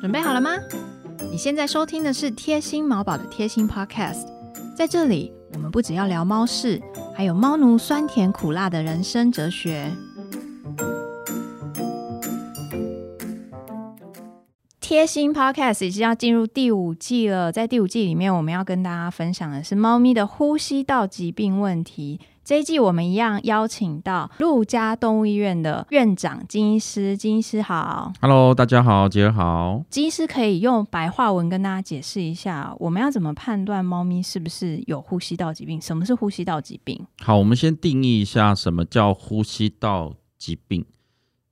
准备好了吗？你现在收听的是贴心毛宝的贴心 Podcast，在这里我们不只要聊猫事，还有猫奴酸甜苦辣的人生哲学。贴心 Podcast 已经要进入第五季了，在第五季里面，我们要跟大家分享的是猫咪的呼吸道疾病问题。这一季我们一样邀请到陆家动物医院的院长金医师，金医师好。 Hello，大家好，杰儿好。金医师可以用白话文跟大家解释一下，我们要怎么判断猫咪是不是有呼吸道疾病？什么是呼吸道疾病？好，我们先定义一下什么叫呼吸道疾病。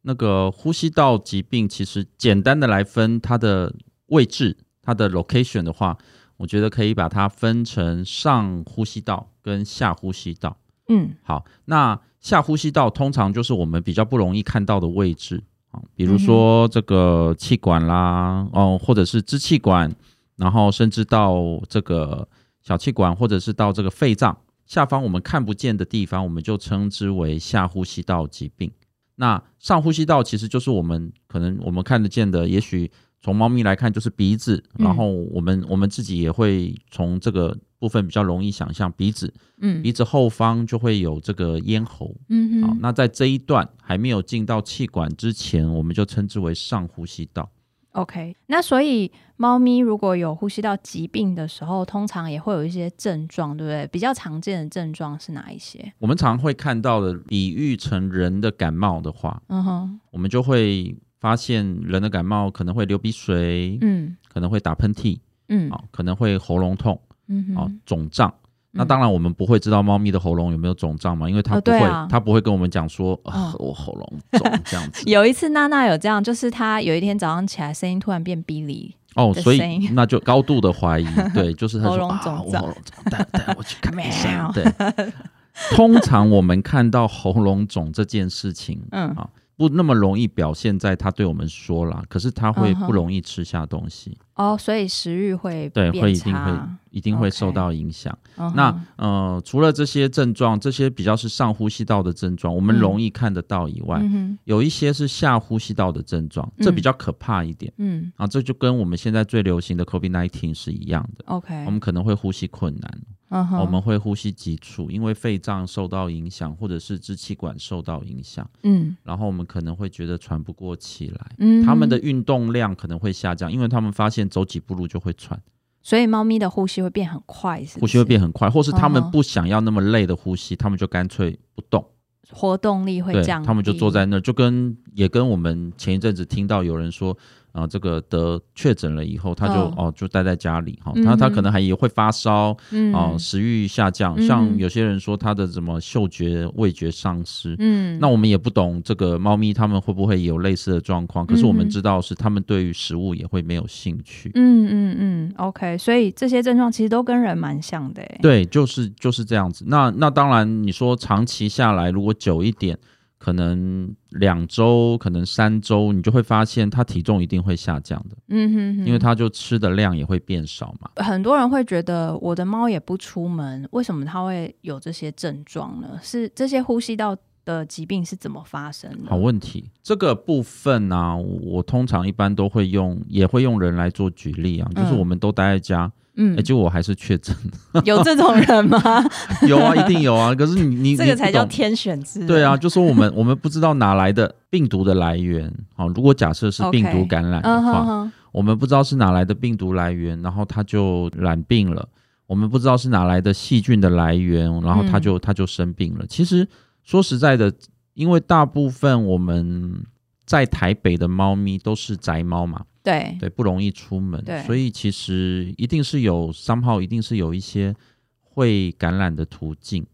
那个呼吸道疾病其实简单的来分它的位置，它的 location 的话，我觉得可以把它分成上呼吸道跟下呼吸道。嗯好，那下呼吸道通常就是我们比较不容易看到的位置啊，比如说这个气管啦，哦，或者是支气管，然后甚至到这个小气管，或者是到这个肺脏下方我们看不见的地方，我们就称之为下呼吸道疾病。那上呼吸道其实就是我们可能我们看得见的，也许从猫咪来看就是鼻子，嗯然后我们我们自己也会从这个部分比较容易想象鼻子，嗯鼻子后方就会有这个咽喉。嗯好，哼，那在这一段还没有进到气管之前，我们就称之为上呼吸道。 OK，那所以猫咪如果有呼吸道疾病的时候，通常也会有一些症状，对不对？比较常见的症状是哪一些？我们常会看到的，比喻成人的感冒的话，嗯哼，我们就会发现人的感冒可能会流鼻水，嗯可能会打喷嚏，嗯啊、可能会喉咙痛，嗯啊、哼，肿胀。那嗯当然，我们不会知道猫咪的喉咙有没有肿胀嘛，因为它哦不会，对啊它不会跟我们讲说，啊、嗯我喉咙肿这 样子。有一次娜娜有这样，就是她有一天早上起来声音突然变哔哩，哦，的所声以音那就高度的 怀疑，对，就是他喉说咙啊，肿我胀喉咙肿胀，带带我去看医喵 生。对，通常我们看到喉咙肿这件事情，嗯不那么容易表现在他对我们说啦，可是他会嗯哼不容易吃下东西，哦，所以食欲会对，变会一定差会一定会受 OK 到影响。嗯哼那呃，除了这些症状，这些比较是上呼吸道的症状，我们嗯容易看得到以外，嗯哼有一些是下呼吸道的症状，这比较可怕一点。嗯啊，这就跟我们现在最流行的 COVID-19 是一样的。 OK，我们可能会呼吸困难，嗯哼我们会呼吸急促，因为肺脏受到影响，或者是支气管受到影响，嗯然后我们可能会觉得喘不过气来。嗯，他们的，运动量可能会下降，因为他们发现走几步路就会喘，所以猫咪的呼吸会变很快是不是，呼吸会变很快，或是他们嗯哼不想要那么累的呼吸，他们就干脆不动，活动力会对，降低，他们就坐在那儿，就跟也跟我们前一阵子听到有人说，啊、这个得确诊了以后，他就嗯哦就待在家里哈，嗯他哼他可能还也会发烧，嗯哦，食欲下降，嗯像有些人说他的什么嗅觉、味觉丧失，嗯，那我们也不懂这个猫咪它们会不会有类似的状况，可是我嗯们哼知道是它们对于食物也会没有兴趣。嗯嗯嗯，OK，所以这些症状其实都跟人蛮像的欸，对，就是就是这样子。那那当然，你说长期下来，如果久一点，可能两周，可能三周，你就会发现它体重一定会下降的，嗯哼哼，因为它就吃的量也会变少嘛。很多人会觉得我的猫也不出门，为什么它会有这些症状呢？是这些呼吸道的疾病是怎么发生的？好问题，这个部分呢、我通常一般都会用，也会用人来做举例啊，就是嗯我们都待在家，嗯哎、，结果我还是 确诊，有这种人吗？有啊，一定有啊，可是你你这个你才不叫懂天选之人。对啊，，就说我们我们不知道哪来的病毒的来源啊、如果假设是病 OK 毒感染的嗯话哼哼，我们不知道是哪来的病毒来源，然后它就染病了。我们不知道是哪来的细菌的来源，然后嗯它就它就生病了。其实说实在的，因为大部分我们在台北的猫咪都是宅猫嘛，对，对，不容易出门对，所以其实一定是有三号，一定是有一些会感染的途径。嗯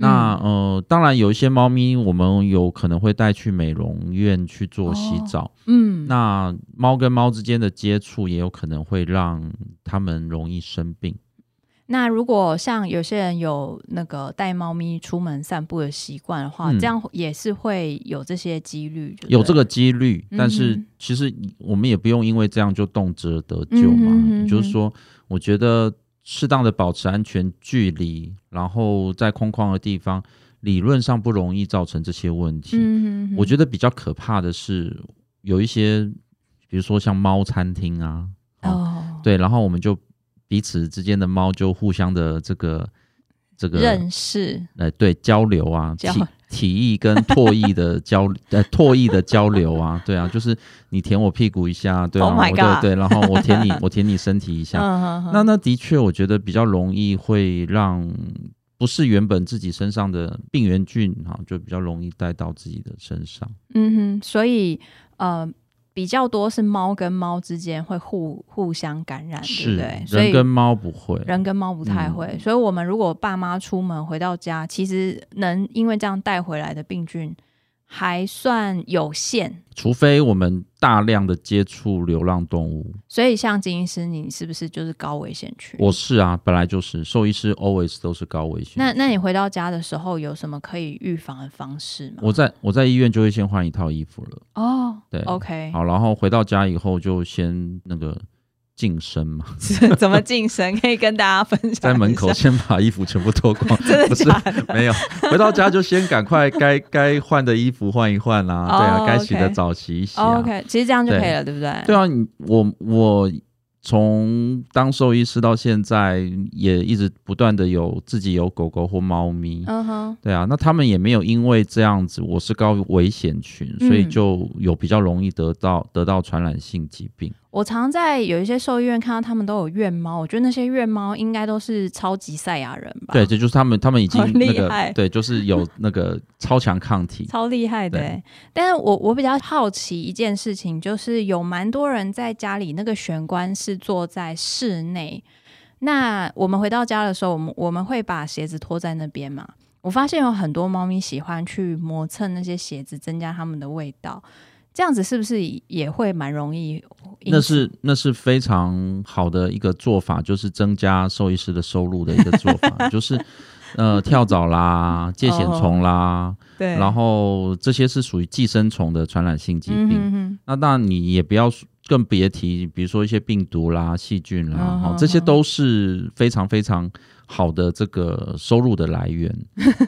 那、呃，当然有一些猫咪，我们有可能会带去美容院去做洗哦澡。嗯，那猫跟猫之间的接触也有可能会让它们容易生病。那如果像有些人有那个带猫咪出门散步的习惯的话，嗯这样也是会有这些几率，就对有这个几率，嗯哼但是其实我们也不用因为这样就动辄得咎嗯嘛。哼哼也就是说，我觉得适当的保持安全距离，然后在空旷的地方，理论上不容易造成这些问嗯题。嗯哼哼，我觉得比较可怕的是有一些比如说像猫餐厅啊，哦，对，然后我们就彼此之间的猫就互相的这个这个认识呃，对交流啊，体交体意跟唾液的交呃唾液的交流啊，对啊，就是你舔我屁股一下，对啊 Oh my 我对 God 对，然后我舔你，我舔你身体一下，嗯哼那那的确我觉得比较容易会让不是原本自己身上的病原菌哈、就比较容易带到自己的身上。嗯哼，所以呃。比较多是猫跟猫之间会互互相感染，对是，不对？所以人跟猫嗯不会，人跟猫不太会，所以我们如果爸妈出门回到家，其实能因为这样带回来的病菌还算有限。除非我们大量的接触流浪动物。所以像金医师，你是不是就是高危险区？我是啊，本来就是兽医师，always 都是高危险。那那你回到家的时候有什么可以预防的方式吗？我在我在医院就会先换一套衣服了，哦，对 OK， 好，然后回到家以后就先那个净身嘛， 怎么晋升可以跟大家分享一下？在门 口先把衣服全部脱光，真不的是假的？没有，回到家就先赶快该该换的衣服换一换啦、哦对啊， OK 该洗的澡洗一洗、啊哦 OK，其实这样就可以对了，对不对？对啊，你我我从当兽医师到现在，也一直不断的有自己有狗狗或猫咪。嗯哼，对啊，那他们也没有因为这样子我是高危险群，所以嗯就有比较容易得到得到传染性疾病。我常在有一些兽医院看到他们都有院猫，我觉得那些院猫应该都是超级赛亚人吧？对，这就是他们他们已经很厉那个害对，就 是有那个超强抗体。超厉害的对欸。但是我我比较好奇一件事情，就是有蛮多人在家里那个玄关是坐在室内。那我们回到家的时候，我们我们会把鞋子脱在那边嘛？我发现有很多猫咪喜欢去磨蹭那些鞋子，增加它们的味道。这样子是不是也会蛮容易引起？那是那是非常好的一个做法，就是增加兽医师的收入的一个做 法，就是呃跳蚤啦、疥藓虫啦，哦对然后这些是属于寄生虫的传染性疾病。嗯哼那那你也不要更别提，比如说一些病毒啦、细菌啦，嗯哈、哼这些都是非常非常好的这个收入的来源，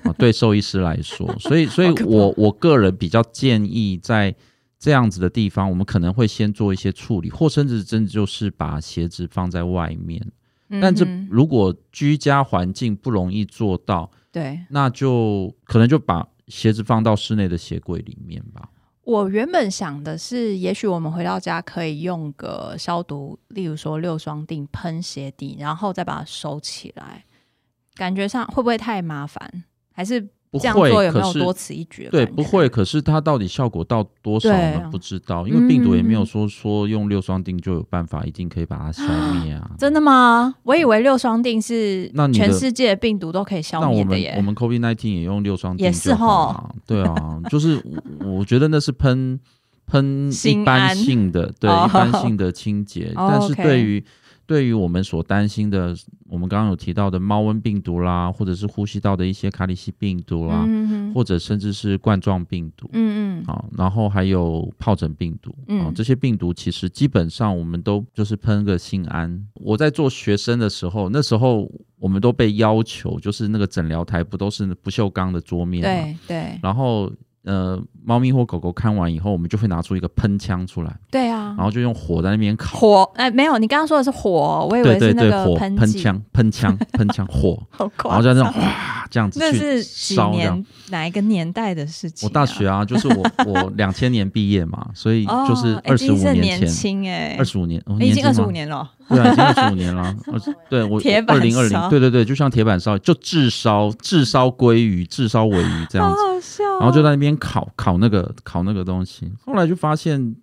啊对兽医师来说，所以所以 好可怕我我个人比较建议在。这样子的地方，我们可能会先做一些处理，或甚至真的就是把鞋子放在外面。哼但这嗯哼如果居家环境不容易做到，对那就可能就把鞋子放到室内的鞋柜里面吧。我原本想的是，也许我们回到家可以用个消毒，例如说六双锭喷鞋底，然后再把它收起来，感觉上会不会太麻烦？还是不这样做会，有没可有是多此一举的对，感不觉会。可是它到底效果到多少，我对啊们不知道，因为病毒也没嗯。有说说用六双锭就有办法，一定可以把它消灭啊真的吗？我以为六双锭是嗯那你的全世界的病毒都可以消那我灭的们我耶。们 COVID nineteen 也用六双锭也是就好啊，对啊，就是我我觉得那是喷喷心一般安性 的，对哦一般性的清 洁，哦但是 OK 对于对于我们所担心的，我们刚刚有提到的猫瘟病毒啦，或者是呼吸道的一些卡里西病毒啦，嗯哼或者甚至是冠状病毒，嗯嗯，好，啊然后还有疱疹病毒，嗯啊，这些病毒其实基本上我们都就是喷个心安。我在做学生的时候，那时候我们都被要求，就是那个诊疗台不都是不锈钢的桌面嘛，对对然后呃，猫咪或狗狗看完以后，我们就会拿出一个喷枪出来，对啊然。后就用火在那边烤。火哎，没有，你刚刚说的是火，我以为对是对那对，个火喷喷剂，枪、喷枪、喷枪 火，好然后夸就这张样。哗这样子那去是几烧这样。年哪一个年代的事情、我大学啊，就是我我两千年毕业嘛，所以哦，就是哎二金十医五生年年前，轻哎、二十五年，哦已经二十五吗，年了，对啊，已经二十五年 了，二十对我铁板二零二零，烧对对对，就像铁板烧，就炙烧炙烧鲑鱼、炙烧尾鱼这样好子，好笑哦、然后就在那边烤烤那个烤那个东西，后来就发现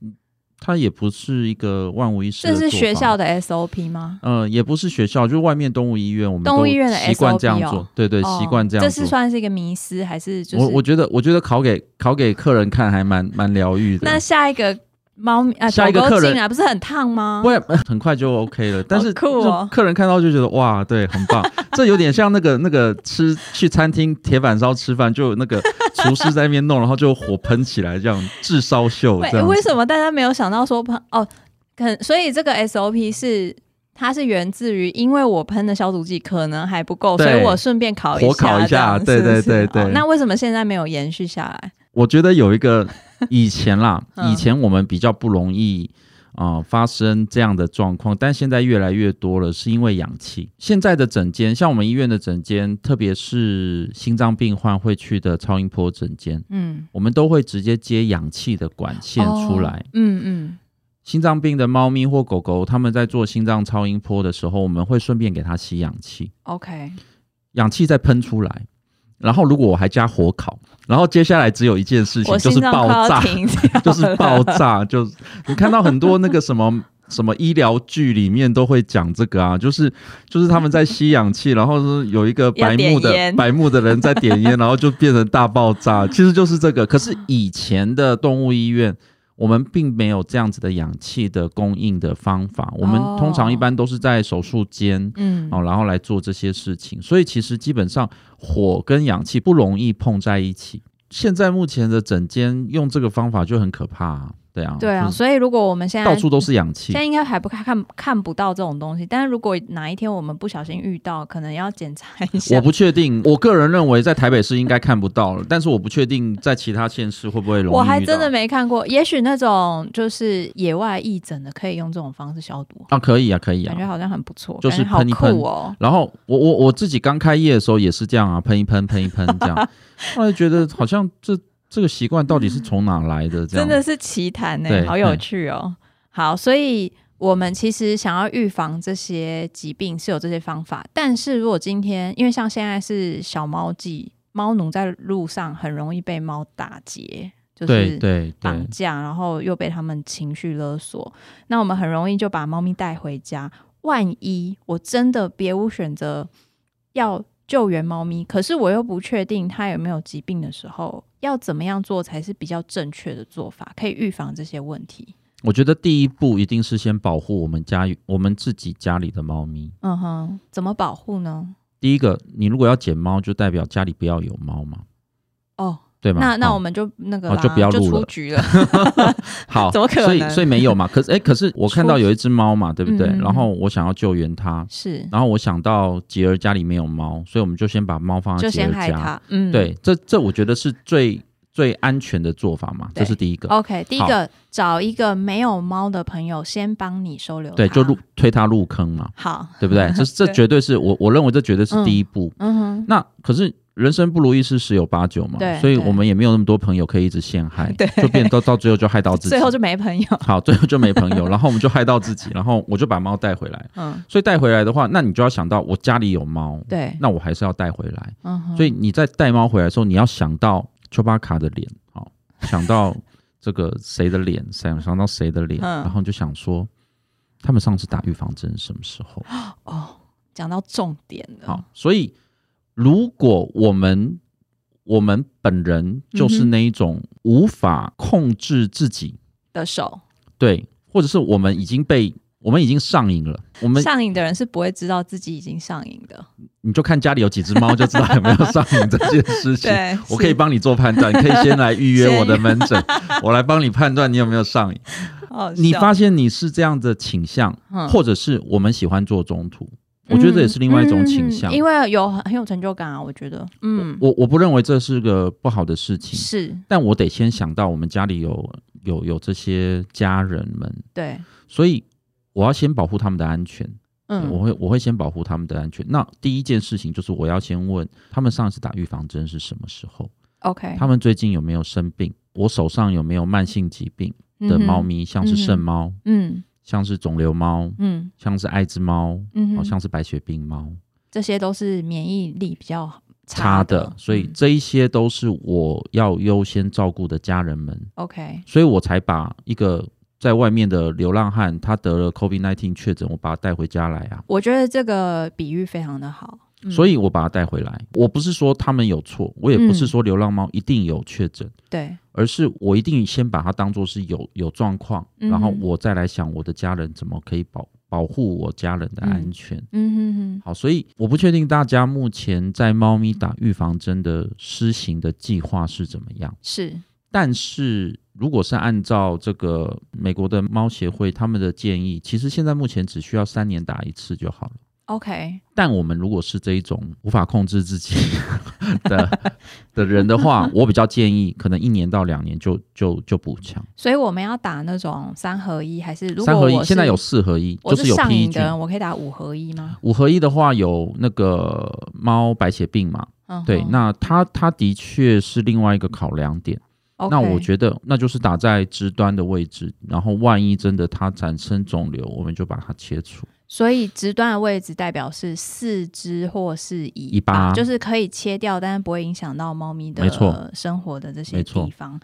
它也不是一个万无一失的这做法，是学校的 SOP 吗？呃，也不是学校，就是外面动物医院，我们动物都医院的习惯这样 SOP 哦做，对对，哦习惯这样这做是。算是一个迷思还是就是？我我觉得，我觉得烤给烤给客人看还蛮蛮疗愈的。那下一个猫咪啊，下一个狗狗客人进来不是很烫吗？不会，呃很快就 OK 了。但是酷哦就客人看到就觉得哇，对，很棒。这有点像那个那个吃去餐厅铁板烧吃饭，就有那个厨师在那边弄，然后就火喷起来，这样炙烧秀这为样子。为什么大家没有想到说喷哦？可所以这个 SOP 是它是源自于，因为我喷的消毒剂可能还不够，对所以我顺便烤火烤一这下样对是不是对对对哦那为什么现在没有延续下来？我觉得有一个以前啦，嗯以前我们比较不容易。啊、发生这样的状况，但现在越来越多了，是因为氧气。现在的诊间，像我们医院的诊间，特别是心脏病患会去的超音波诊间，嗯，我们都会直接接氧气的管线出来。哦嗯嗯，心脏病的猫咪或狗狗，它们在做心脏超音波的时候，我们会顺便给它吸氧气， OK，氧气再喷出来。然后，如果我还加火烤，然后接下来只有一件事情我就心是脏爆快要炸，停掉 了，就是爆炸，就是你看到很多那个什么什么医疗剧里面都会讲这个啊，就是就是他们在吸氧气，然后是有一个白目要点的烟白目的人在点烟，然后就变成大爆炸，其实就是这个。可是以前的动物医院。我们并没有这样子的氧气的供应的方法，我们通常一哦般都是在手术间嗯，哦，然后来做这些事情。所以其实基本上火跟氧气不容易碰在一起。现在目前的整间用这个方法就很可怕、啊，对啊，对啊，就是所以如果我们现在到处都是氧气现。在应该还不看看看不到这种东西，但是如果哪一天我们不小心遇到，可能要检查一下。我不确定，我个人认为在台北市应该看不到了，但是我不确定在其他县市会不会容易我还遇到真的没看过，也许那种就是野外义诊的，可以用这种方式消毒，啊，可以啊，可以感觉啊。好像很不错，就是感觉好喷一喷酷哦。然后我我我自己刚开业的时候也是这样啊，喷一喷，喷一喷这 样，后来觉得好像这这个习惯到底是从哪来的？这 样真的是奇谈呢、对嗯好有趣哦。好，所以我们其实想要预防这些疾病是有这些方法，但是如果今天因为像现在是小猫季，猫奴在路上很容易被猫打劫，就对是对对绑，架，然后又被他们情绪勒索，那我们很容易就把猫咪带回家。万一我真的别无选择要救援猫咪，可是我又不确定它有没有疾病的时候，要怎么样做才是比较正确的做法，可以预防这些问题？我觉得第一步一定是先保护我们家我们自己家里的猫咪。嗯哼，怎么保护呢？第一个，你如果要捡猫，就代表家里不要有猫嘛，哦，对吗？那那好我们 就那个哦啦，就不要录了出局了。 好，怎么可能所以所以没有嘛？可是哎，可是我看到有一只猫嘛，对不对？嗯嗯嗯然后我想要救援它，是，然后我想到吉儿家里没有猫，所以我们就先把猫放在就吉儿先害家。它。嗯，。对，这这我觉得是最最安全的做法嘛，对这是第一个。 OK，第一个找一个没有猫的朋友先帮你收留它，对，就入推它入坑嘛，好，对不对？这这 对绝对是我我认为这绝对是嗯第一步。嗯哼。那可是人生不如意是十有八九嘛对，所以对我们也没有那么多朋友可以一直陷害对，就变到到 最后就害到自己，最后就没朋友。好，最后就没朋友，然后我们就害到自己，然后我就把猫带回来。嗯，所以带回来的话，那你就要想到我家里有猫，对，那我还是要带回来。嗯哼，所以你在带猫回来的时候，你要想到丘巴卡的脸，好，想到这个谁的脸，想想到谁的脸，嗯然后你就想说，他们上次打预防针是什么时候？哦，讲到重点了。好，所以如果我们我们本人就是那一种无法控制自己，的手，对，或者是我们已经被我们已经上瘾了，我们上瘾的人是不会知道自己已经上瘾的。你就看家里有几只猫就知道有没有上瘾这件事 情。对，我可以是帮你做判断，你可以先来预约先 我的门诊，我来帮你判断你有没有上瘾。好笑你发现你是这样的倾向，哦嗯或者是我们喜欢做中途，我觉得这也是另外一种倾嗯向嗯嗯。因为有很很有成就感啊，我觉得，嗯，我我不认为这是个不好的事情，是但我得先想到我们家里有有有这些家人们，对，所以我要先保护他们的安全。我嗯，会我会先保护他们的安全。那第一件事情就是我要先问他们上一次打预防针是什么时候， ，OK，他们最近有没有生病，我手上有没有慢性疾病的猫咪，像是肾猫、嗯像是肿瘤猫、哼，嗯像是艾滋猫，嗯嗯好、哼，像是白血病猫。这些都是免疫力比较差的的，，所以嗯这一些都是我要优先照顾的家人们， OK，所以我才把一个在外面的流浪汉，他得了 COVID-19 确诊，我把他带回家来啊，我觉得这个比喻非常的好，嗯所以我把他带回来。我不是说他们有错，我也不是嗯说流浪猫一定有确诊，对，而是我一定先把它当做是有有状况，嗯哼然后我再来想我的家人怎么可以保保护我家人的安全。嗯哼哼，好，所以我不确定大家目前在猫咪打预防针的施行的计划是怎么样。是，但是如果是按照这个美国的猫协会他们的建议，其实现在目前只需要三年打一次就好了。 OK，但我们如果是这一种无法控制自己 的的人的话，我比较建议可能一年到两年就就就补强。所以我们要打那种三合一，还是如果三合一我是现在有四合一，我就是有上 PE 瘾的菌。人，我可以打五合一吗？五合一的话有那个猫白血病嘛？嗯哼，对，那它它的确是另外一个考量点。那我觉得那就是打在肢端的位置，然后万一真的它产生肿瘤，我们就把它切除。得，所以直端的位置代表是四肢或是尾尾巴就是可以切掉，但是不会影响到猫咪的没错呃生活的这些没错地方。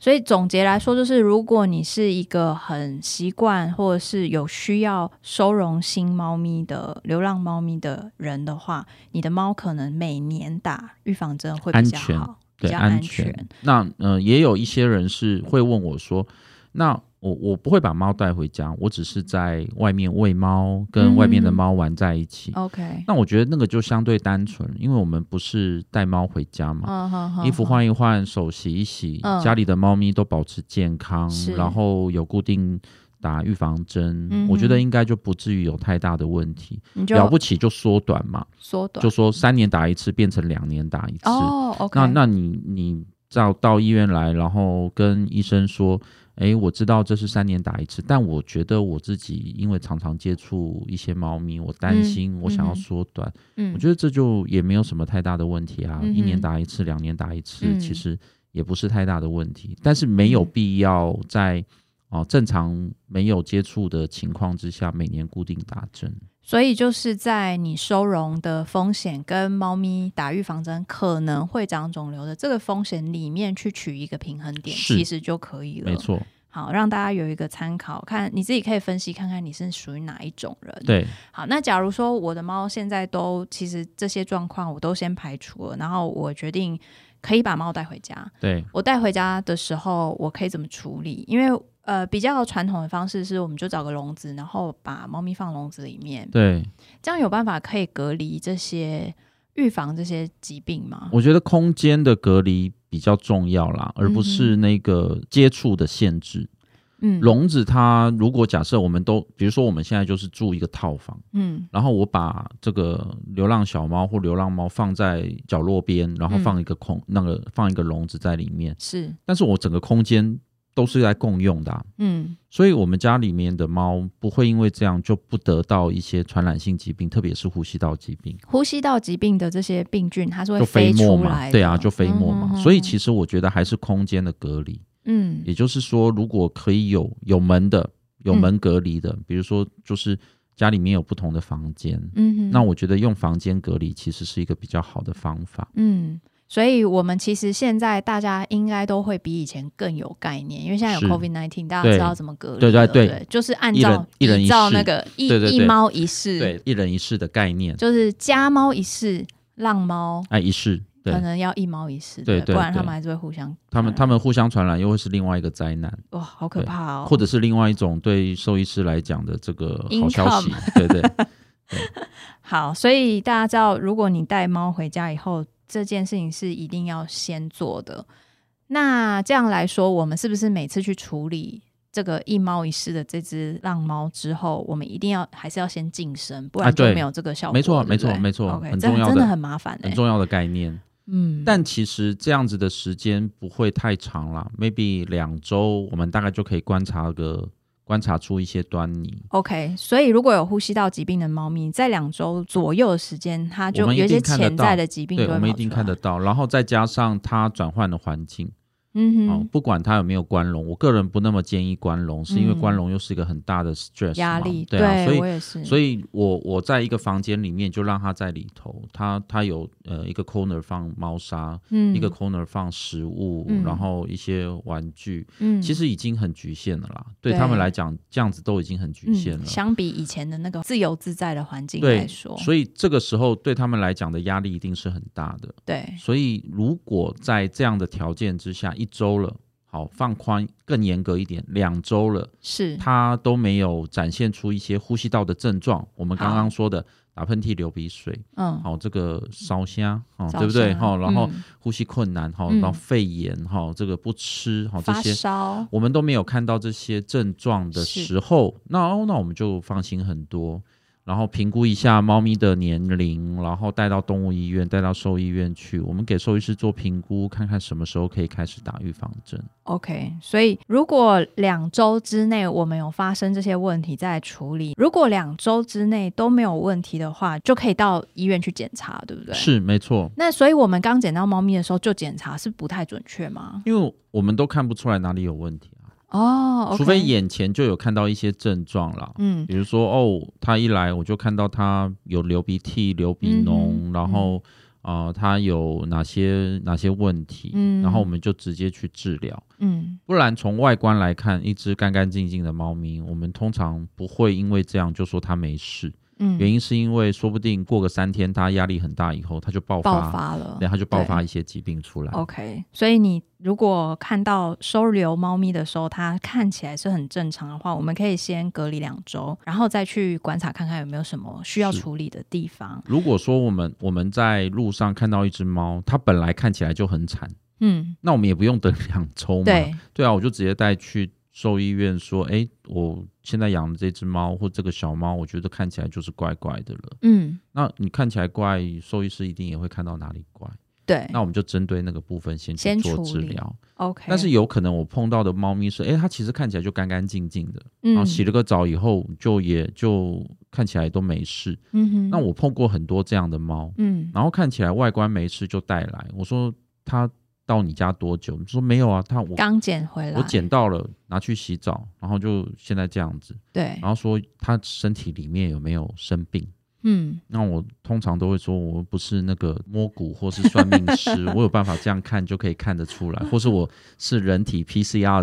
所以总结来说，就是如果你是一个很习惯或者是有需要收容新猫咪的流浪猫咪的人的话，你的猫可能每年打预防针会比较安全好，比对，较安全。那呃，也有一些人是会问我说，那我我不会把猫带回家，我只是在外面喂猫，跟外面的嗯猫玩在一起。 OK，那我觉得那个就相对单纯，因为我们不是带猫回家嘛，嗯哼哼，衣服换一换，手洗一洗，嗯家里的猫咪都保持健康是，然后有固定。打预防针，嗯哼我觉得应该就不至于有太大的问题。你就了不起就缩短嘛，缩短就说三年打一次变成两年打一次。哦，OK，那那你你到到医院来，然后跟医生说，诶，我知道这是三年打一次，但我觉得我自己因为常常接触一些猫咪，我担心，我想嗯要哼缩短，嗯我觉得这就也没有什么太大的问题啊，嗯哼一年打一次，两年打一次，嗯其实也不是太大的问题，但是没有嗯必要在。哦，正常没有接触的情况之下，每年固定打针。所以就是在你收容的风险跟猫咪打预防针可能会长肿瘤的这个风险里面去取一个平衡点，是其实就可以了。没，错，好，让大家有一个参考，看你自己可以分析看看你是属于哪一种人。对，好，那假如说我的猫现在都其实这些状况我都先排除了，然后我决定可以把猫带回家，对，我带回家的时候，我可以怎么处理？因为呃，比较传统的方式是，我们就找个笼子，然后把猫咪放笼子里面，对。这样有办法可以隔离这些、预防这些疾病吗？我觉得空间的隔离比较重要啦，而不是那个接触的限制。嗯，笼子它如果假设我们都，比如说我们现在就是住一个套房，嗯然后我把这个流浪小猫或流浪猫放在角落边，然后放一个空、那个放一个笼子在里面，是但是我整个空间都是在共用的啊、嗯所以我们家里面的猫不会因为这样就不得到一些传染性疾病，特别是呼吸道疾病。呼吸道疾病的这些病菌，它是会就飞沫出嘛来，的，对啊，就飞沫嘛。嗯所以其实我觉得还是空间的隔离，嗯也就是说，如果可以有有门的，有嗯门隔离的，比如说就是家里面有不同的房间，嗯哼那我觉得用房间隔离其实是一个比较好的方法。嗯。所以，我们其实现在大家应该都会比以前更有概念，因为现在有是 COVID 19，大家对知道怎么隔离了，对对对对不，就是按一照人一人一依照室那个一对对一对猫一室，对，一人一室的概念，就是家猫一室，浪猫哎，一室，可对能嗯要一猫一室，对对不然他对们还是会互相他们他传染们互相传染又会是另外一个灾难，哇，好可对怕哦，或者是另外一种对兽医师来讲的这个好 Income 消息，对对， 好，所以大家知道，如果你带猫回家以后，这件事情是一定要先做的。那这样来说，我们是不是每次去处理这个一猫一室的这只浪猫之后，我们一定要还是要先晋升，不啊然就对没有这个效果？没错对不对没错没错 OK，很这重要的真的很麻烦、欸，很重要的概念。嗯，但其实这样子的时间不会太长啦 m a y b e 两周，我们大概就可以观察个观察出一些端倪。 OK，所以如果有呼吸道疾病的猫咪，在两周左右的时间，它就我们一有一些定看得潜到在的疾病对，就会我们一跑定出看来得。到，然后再加上它转换的环境嗯啊、哼，不管它有没有关笼，我个人不那么建议关笼，是因为嗯关笼又是一个很大的 stress 压嘛力，对啊，所我以也是，所以我我在一个房间里面就让它在里头，它它有呃一个 corner 放猫砂，嗯一个 corner 放食物，嗯然后一些玩具，嗯，其实已经很局限了啦。对他们来讲，这样子都已经很局限了嗯。相比以前的那个自由自在的环境来对，说，所以这个时候对他们来讲的压力一定是很大的。对，所以如果在这样的条件之下，一周了，好放宽更严格一点，两周了，是，他都没有展现出一些呼吸道的症状，我们刚好刚说的打喷嚏、流鼻水，嗯，好、这个烧虾，哦，早对不对？上好、然后嗯呼吸困难，好、嗯然后肺炎，哈、这个不吃，好、这发些烧，我们都没有看到这些症状的时候，那哦，那我们就放心很多。然后评估一下猫咪的年龄，然后带到动物医院、带到兽医院去。我们给兽医师做评估，看看什么时候可以开始打预防针。 OK，所以如果两周之内我们有发生这些问题，再来处理。如果两周之内都没有问题的话，就可以到医院去检查，对不对？。是没错，那所以我们刚捡到猫咪的时候就检查是不太准确吗？因为我们都看不出来哪里有问题啊，哦，OK 除非眼前就有看到一些症状啦。嗯比如说哦，他一来我就看到他有流鼻涕、流鼻脓，嗯哼然后啊、呃他有哪些哪些问题，嗯然后我们就直接去治疗。嗯不然从外观来看，一只干干净净的猫咪，我们通常不会因为这样就说它没事。嗯，原因是因为说不定过个三天，它压力很大以后，它就爆发，爆发哦了对，。它就爆发一些疾病出来。 OK，所以你如果看到收留猫咪的时候，它看起来是很正常的话，我们可以先隔离两周，然后再去观察看看有没有什么需要是处理的地方。如果说我们我们在路上看到一只猫，它本来看起来就很惨，嗯，那我们也不用等 两周嘛。对，对啊，我就直接带去兽医院说，哎，我现在养的这只猫或这个小猫，我觉得看起来就是怪怪的了。嗯，那你看起来怪，兽医师一定也会看到哪里怪。对那我们就针对那个部分先去先做处治理疗。 ，OK。但是有可能我碰到的猫咪是，诶，它其实看起来就干干净净的，嗯，然后洗了个澡以后就也就看起来都没事。嗯哼，那我碰过很多这样的猫，嗯然后看起来外观没事就带来，我说它到你家多久？说没有啊，它我刚捡回来，我捡到了，拿去洗澡，然后就现在这样子，对然，后说它身体里面有没有生病？嗯那我通常都会说，我不是那个摸骨或是算命 师，我有办法这样看就可以看得出来，或是我是人体 PCR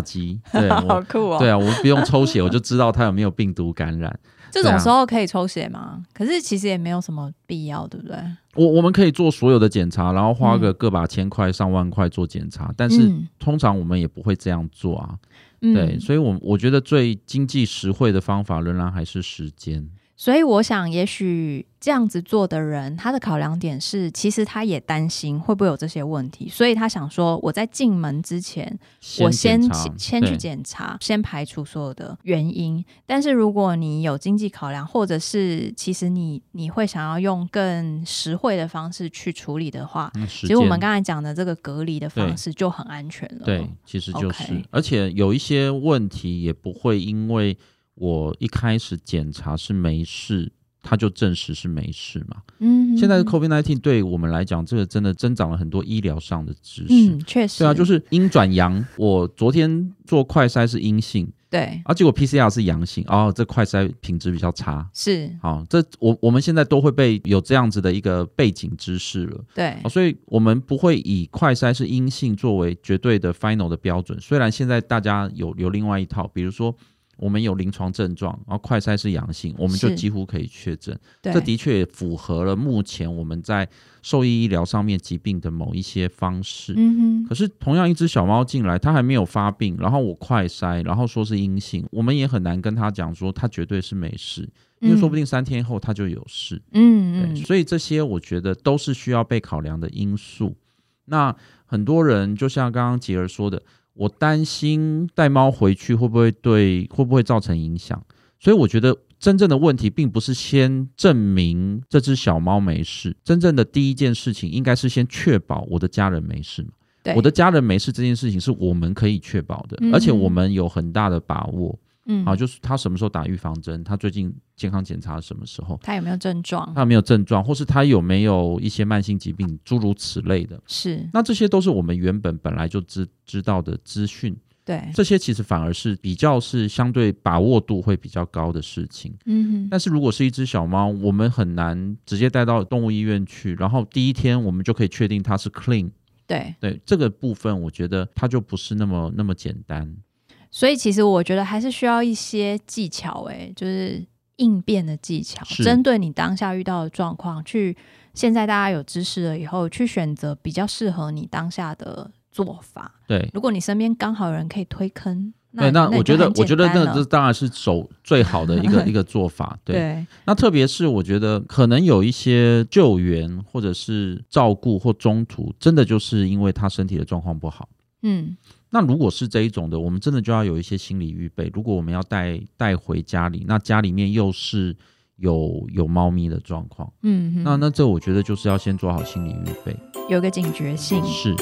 机，对我，酷对啊，我不用抽血，我就知道他有没有病毒感染。这对种啊时候可以抽血吗？可是其实也没有什么必要，对不对？我我们可以做所有的检查，然后花个个把千块、上万块做检查，但是嗯通常我们也不会这样做啊。嗯对，所以我我觉得最经济实惠的方法，仍然还是时间。所以我想，也许这样子做的人，他的考量点是，其实他也担心会不会有这些问题，所以他想说，我在进门之前，我先检查去先去对检查，先排除所有的原因。但是如果你有经济考量，或者是其实你你会想要用更实惠的方式去处理的话，嗯时其间实我们刚才讲的这个隔离的方式就很安全了。对，其实就是哦 OK 而且有一些问题也不会因为我一开始检查是没事，它就证实是没事嘛。嗯，嗯，现在的 COVID-19 对我们来讲，这个真的增长了很多医疗上的知识。嗯，确实，对啊，就是阴转阳。我昨天做快筛是阴性，对，啊，结果 PCR 是阳性，哦，这快筛品质比较差。是，好，这我我们现在都会被有这样子的一个背景知识了。对哦，所以我们不会以快筛是阴性作为绝对的 final 的标准。虽然现在大家有有另外一套，比如说我们有临床症状，然后快筛是阳性，我们就是几乎可以确诊。对，这的确符合了目前我们在兽医医疗上面疾病的某一些方式。嗯哼，可是同样一只小猫进来，它还没有发病，然后我快筛，然后说是阴性，我们也很难跟它讲说它绝对是没事，因为嗯说不定三天后它就有事。嗯，嗯对，嗯，所以这些我觉得都是需要被考量的因素。那很多人就像刚刚杰儿说的，我担心带猫回去会不会对会不会造成影响，所以我觉得真正的问题并不是先证明这只小猫没事，真正的第一件事情应该是先确保我的家人没事嘛。对，我的家人没事这件事情是我们可以确保的，嗯而且我们有很大的把握。嗯，啊，就是他什么时候打预防针，他最近健康检查什么时候，他有没有症状？他有没有症状，或是他有没有一些慢性疾病，诸如此类的。是那这些都是我们原本本来就知知道的资讯，对，这些其实反而是比较是相对把握度会比较高的事情。嗯哼，但是如果是一只小猫，我们很难直接带到动物医院去，然后第一天我们就可以确定它是 clean。对，对这个部分，我觉得它就不是那么那么简单。所以其实我觉得还是需要一些技巧、欸，就是应变的技巧，是针对你当下遇到的状况，去现在大家有知识了以后，去选择比较适合你当下的做法。对。如果你身边刚好有人可以推坑，对，那那我觉得你，就我很简觉得单那这了当然是走最好的 一个一个做法。对，那特别是我觉得，可能有一些救援或者是照顾或中途，真的就是因为他身体的状况不好。嗯那如果是这一种的，我们真的就要有一些心理预备。如果我们要带带回家里，那家里面又是有有猫咪的状况。嗯，那那这我觉得就是要先做好心理预备，有个警觉性。是。